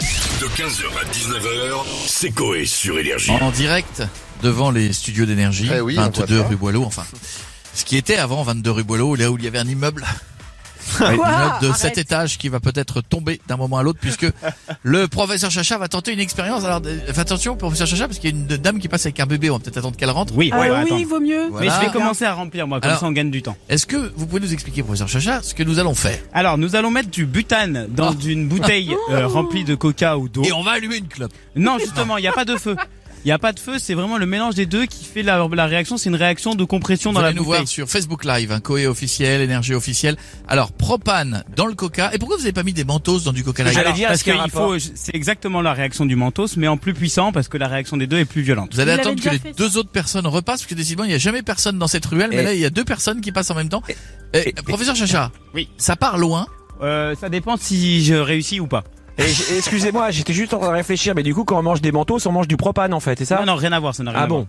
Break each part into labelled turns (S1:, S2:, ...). S1: De 15h à 19h, c'est Coé sur Énergie.
S2: En direct devant les studios d'énergie,
S3: Eh oui, on voit
S2: 22
S3: ça.
S2: rue Boileau, enfin. Ce qui était avant 22 rue Boileau, là où il y avait un immeuble. Un immeuble de
S4: Arrête.
S2: 7 étages qui va peut-être tomber d'un moment à l'autre puisque le professeur Chacha va tenter une expérience. Alors euh, fais attention professeur Chacha parce qu'il y a une dame qui passe avec un bébé, on va peut-être attendre qu'elle rentre.
S5: Oui,
S4: Ah
S5: ouais, ouais,
S4: oui,
S5: attends.
S4: il vaut mieux.
S2: Voilà.
S5: Mais je vais commencer à remplir moi, comme
S2: Alors-
S5: ça on gagne du temps.
S2: Est-ce que vous pouvez nous expliquer professeur Chacha ce que nous allons faire
S5: Alors nous allons mettre du butane dans
S2: Oh.
S5: une bouteille euh, remplie de coca ou d'eau.
S2: Et on va allumer une clope.
S5: Non justement, il n'y a pas de feu. Il n'y a pas de feu, c'est vraiment le mélange des deux qui fait la, la réaction, c'est une réaction de compression dans
S2: Venez
S5: la
S2: nous
S5: bouteille.
S2: voir sur Facebook Live, un Coé officiel, énergie officielle. Alors propane dans le coca. Et pourquoi vous n'avez pas mis des mentos dans du coca light
S5: Alors,
S6: dire,
S5: parce
S6: est-ce qu'il y a
S5: qu'il
S6: un rapport
S5: faut, c'est exactement la réaction du mentos, mais en plus puissant parce que la réaction des deux est plus violente.
S2: Vous allez
S4: Vous l'avez
S2: attendre que
S4: déjà
S2: les
S4: fait, ça.
S2: deux autres personnes repassent, parce que décidément, il n'y a jamais personne dans cette ruelle, mais
S6: Et-
S2: là, il y a deux personnes qui passent en même temps. Eh,
S6: et-
S2: professeur Chacha,
S5: Oui.
S2: ça part loin.
S5: Euh, ça dépend si je réussis ou pas.
S6: Et j- Excusez-moi, j'étais juste en train de réfléchir, mais du coup, quand on mange des manteaux, on mange du propane en fait, c'est ça
S5: non, non, rien à voir, ça n'a rien
S6: Ah
S5: à
S6: bon
S5: voir.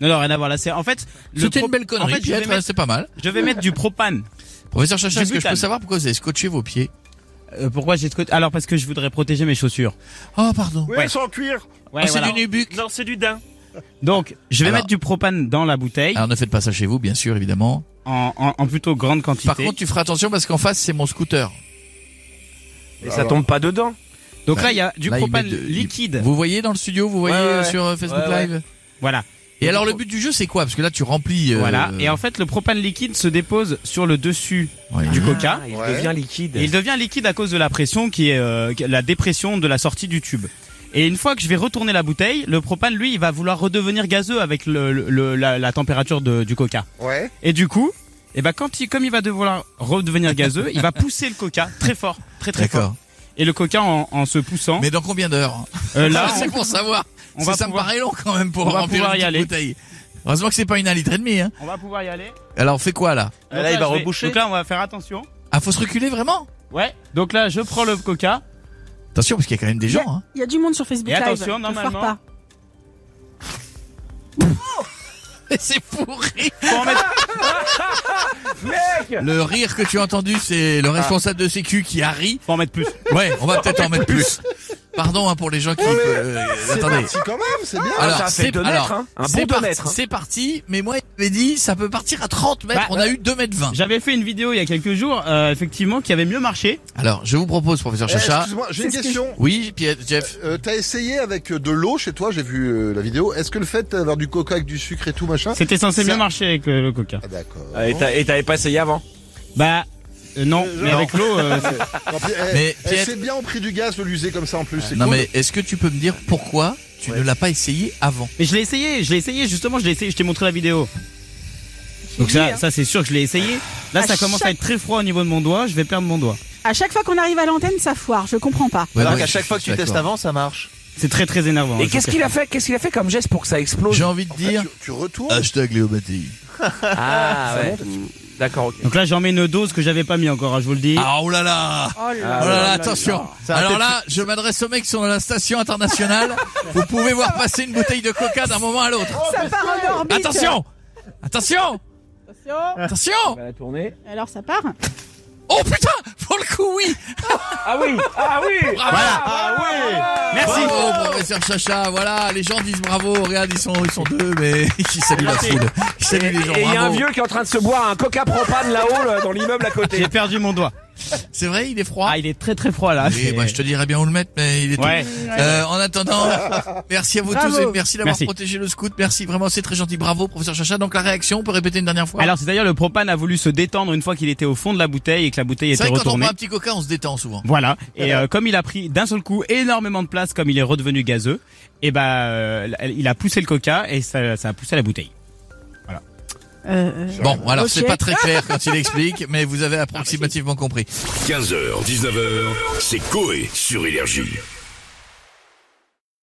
S5: Non, non, rien à voir. Là, c'est en fait. le
S2: C'était
S5: pro-
S2: une belle connerie,
S5: En fait,
S2: puis
S5: je vais,
S2: être-
S5: mettre,
S2: c'est pas mal.
S5: je vais mettre du propane.
S2: Professeur Chacha,
S5: Du
S2: est-ce que je peux
S5: butane.
S2: savoir pourquoi vous avez scotché vos pieds
S5: Euh, pourquoi j'ai scotché Alors parce que je voudrais protéger mes chaussures.
S2: Oh, pardon.
S5: Ouais.
S3: sans cuir.
S5: Ouais,
S2: Ah, c'est
S5: voilà.
S2: du nubuck.
S6: Non, c'est du dain.
S5: Donc, je vais
S2: Alors- Ah.
S5: mettre du propane dans la bouteille
S2: Alors, ne faites pas ça chez vous, bien sûr, évidemment.
S5: en, en, en plutôt grande quantité.
S2: Par contre, tu feras attention parce qu'en face, c'est mon scooter.
S6: Et ça tombe pas dedans.
S5: Donc
S2: Bah,
S5: là, il y a du
S2: là, il
S5: propane
S2: met de-
S5: liquide.
S2: Vous voyez dans le studio, vous voyez
S6: Ouais, ouais,
S2: euh,
S6: ouais.
S2: sur euh, Facebook
S6: Ouais, ouais.
S2: Live.
S5: Voilà,
S2: Et alors, le but du jeu, c'est quoi Parce que là, tu remplis. euh,
S5: voilà. Et en fait, le propane liquide se dépose sur le dessus
S2: ouais. Ah.
S5: du coca.
S6: Ah, il
S3: Ouais.
S6: devient liquide.
S5: Et il devient liquide à cause de la pression qui est euh, la dépression de la sortie du tube. Et une fois que je vais retourner la bouteille, le propane, lui, il va vouloir redevenir gazeux avec le, le- le- la, la température de- du coca.
S3: Ouais.
S5: Et du coup, eh ben quand il, comme il va devoir redevenir gazeux, il va pousser le coca très fort, très très fort.
S2: D'accord.
S5: Et le coca, en, en se poussant,
S2: Mais dans combien d'heures Là,
S5: euh, là,
S2: Ah, c'est pour savoir.
S5: on
S2: Ça,
S5: va
S2: ça me
S5: pouvoir-
S2: paraît long quand même pour
S5: on va
S2: remplir
S5: pouvoir
S2: une
S5: y
S2: petite
S5: aller.
S2: bouteille. Heureusement que c'est pas une un litre et demi. Hein.
S5: on va pouvoir y aller.
S2: Alors, on fait quoi là
S5: Donc
S6: là, il va
S5: je vais-
S6: reboucher.
S5: Donc là, on va faire attention.
S2: Ah, faut se reculer vraiment
S5: Ouais. Donc là, je prends le coca.
S2: Attention, parce qu'il y a quand même des gens. Hein.
S4: Il y a du monde sur Facebook
S5: Et
S4: Live.
S5: attention,
S4: ne foire
S5: normalement.
S4: pas.
S2: c'est pourri.
S5: Faut en mettre-
S2: Le rire que tu as entendu, c'est le responsable de Sécu qui a ri.
S5: faut en mettre plus.
S2: Ouais, on va peut-être en mettre plus. Pardon hein, pour les gens qui. euh, attendez.
S3: Si Ah, quand même, c'est bien.
S6: Ah, ça fait deux mètres, hein. Un bon
S2: c'est
S6: deux
S2: parti-
S6: mètres, hein.
S2: C'est parti, mais moi, il m'avait dit, ça peut partir à 30 mètres.
S5: Bah,
S2: on a eu 2 mètres 20.
S5: J'avais fait une vidéo il y a quelques jours, euh, effectivement, qui avait mieux marché.
S2: Alors, je vous propose, professeur
S3: Eh,
S2: Chacha.
S3: Excuse-moi, j'ai une
S4: C'est ce que-
S3: question.
S2: Oui, Pierre- Jeff.
S3: Euh, T'as essayé avec euh, de l'eau chez toi, j'ai vu euh, la vidéo. Est-ce que le fait d'avoir du coca avec du sucre et tout machin
S5: C'était censé
S3: Ça-
S5: mieux marcher avec euh, le coca.
S3: Ah, D'accord.
S6: Et t'as- et t'avais pas essayé avant
S5: Bah euh, non, mais avec l'eau, euh, c'est-
S3: Tant pis, eh,
S2: Mais,
S3: eh,
S2: Pierre-
S3: c'est bien au prix du gaz de l'user comme ça en plus. c'est
S2: Non,
S3: cool.
S2: mais est-ce que tu peux me dire pourquoi tu ne l'as pas essayé avant
S5: Mais je l'ai essayé, je l'ai essayé justement, je l'ai essayé, je t'ai montré la vidéo. Donc ça, ça c'est sûr que je l'ai essayé. Là,
S4: hein. À
S5: ça commence à être très froid au niveau de mon doigt, je vais perdre mon doigt.
S4: À chaque fois qu'on arrive à l'antenne, ça foire. Je comprends pas.
S2: Ouais,
S7: Alors
S2: ouais,
S7: qu'à
S2: je-
S7: chaque fois que
S2: je suis
S7: tu testes
S2: d'accord.
S7: avant, ça marche.
S5: C'est très très énervant. hein,
S6: Et qu'est-ce qu'il a fait Qu'est-ce qu'il a fait comme geste pour que ça explose
S2: J'ai envie de
S3: En fait,
S2: dire.
S3: tu, tu retournes.
S2: Hashtag Léobatéi.
S6: Ah ouais. D'accord. ok.
S5: Donc là, j'en mets une dose que j'avais pas mis encore, hein, je vous le dis.
S2: Ah, oh là là
S4: Oh là
S2: Oh
S6: Ah,
S2: là là,
S6: ouais.
S2: attention
S7: Ça va
S2: Alors
S7: peut-être-
S2: là, je m'adresse aux mecs qui sont dans la station internationale. Vous pouvez voir passer une bouteille de coca d'un moment à l'autre.
S4: Ça part en orbite.
S2: Attention Attention
S4: Attention.
S6: On
S2: Attention
S6: va la tourner.
S4: Alors ça part.
S2: Oh putain Pour le coup, oui
S6: Ah oui. Ah oui.
S5: Merci.
S2: Bravo, Oh, professeur Chacha Voilà, les gens disent bravo. Regarde, ils sont, ils sont deux, mais ils saluent la foule. Ils saluent les gens,
S6: Et il y a un
S2: bravo.
S6: vieux qui est en train de se boire un coca propane là-haut là, dans l'immeuble à côté.
S5: J'ai perdu mon doigt.
S2: C'est vrai, il est froid
S5: Ah, il est très très froid là.
S2: Oui,
S5: C'est-
S2: bah, je te dirais bien où le mettre, mais il est
S5: Ouais.
S2: tout. Euh, en attendant, merci à vous
S4: Bravo.
S2: tous et merci d'avoir
S5: Merci.
S2: protégé le scout. Merci vraiment, c'est très gentil. Bravo, professeur Chacha. Donc la réaction, on peut répéter une dernière fois.
S5: Alors, c'est-à-dire le propane a voulu se détendre une fois qu'il était au fond de la bouteille et que la bouteille
S2: c'est vrai
S5: était
S2: que quand on
S5: retournée.
S2: prend un petit coca, on se détend souvent.
S5: Voilà. Et euh, comme il a pris d'un seul coup énormément de place, comme il est redevenu gazeux, et ben euh, il a poussé le coca et ça, ça a poussé la bouteille.
S4: Euh, euh,
S2: Bon, alors c'est
S4: Ok.
S2: pas très clair quand il explique, mais vous avez approximativement compris.
S1: 15h, 19h, c'est Coé sur Énergie.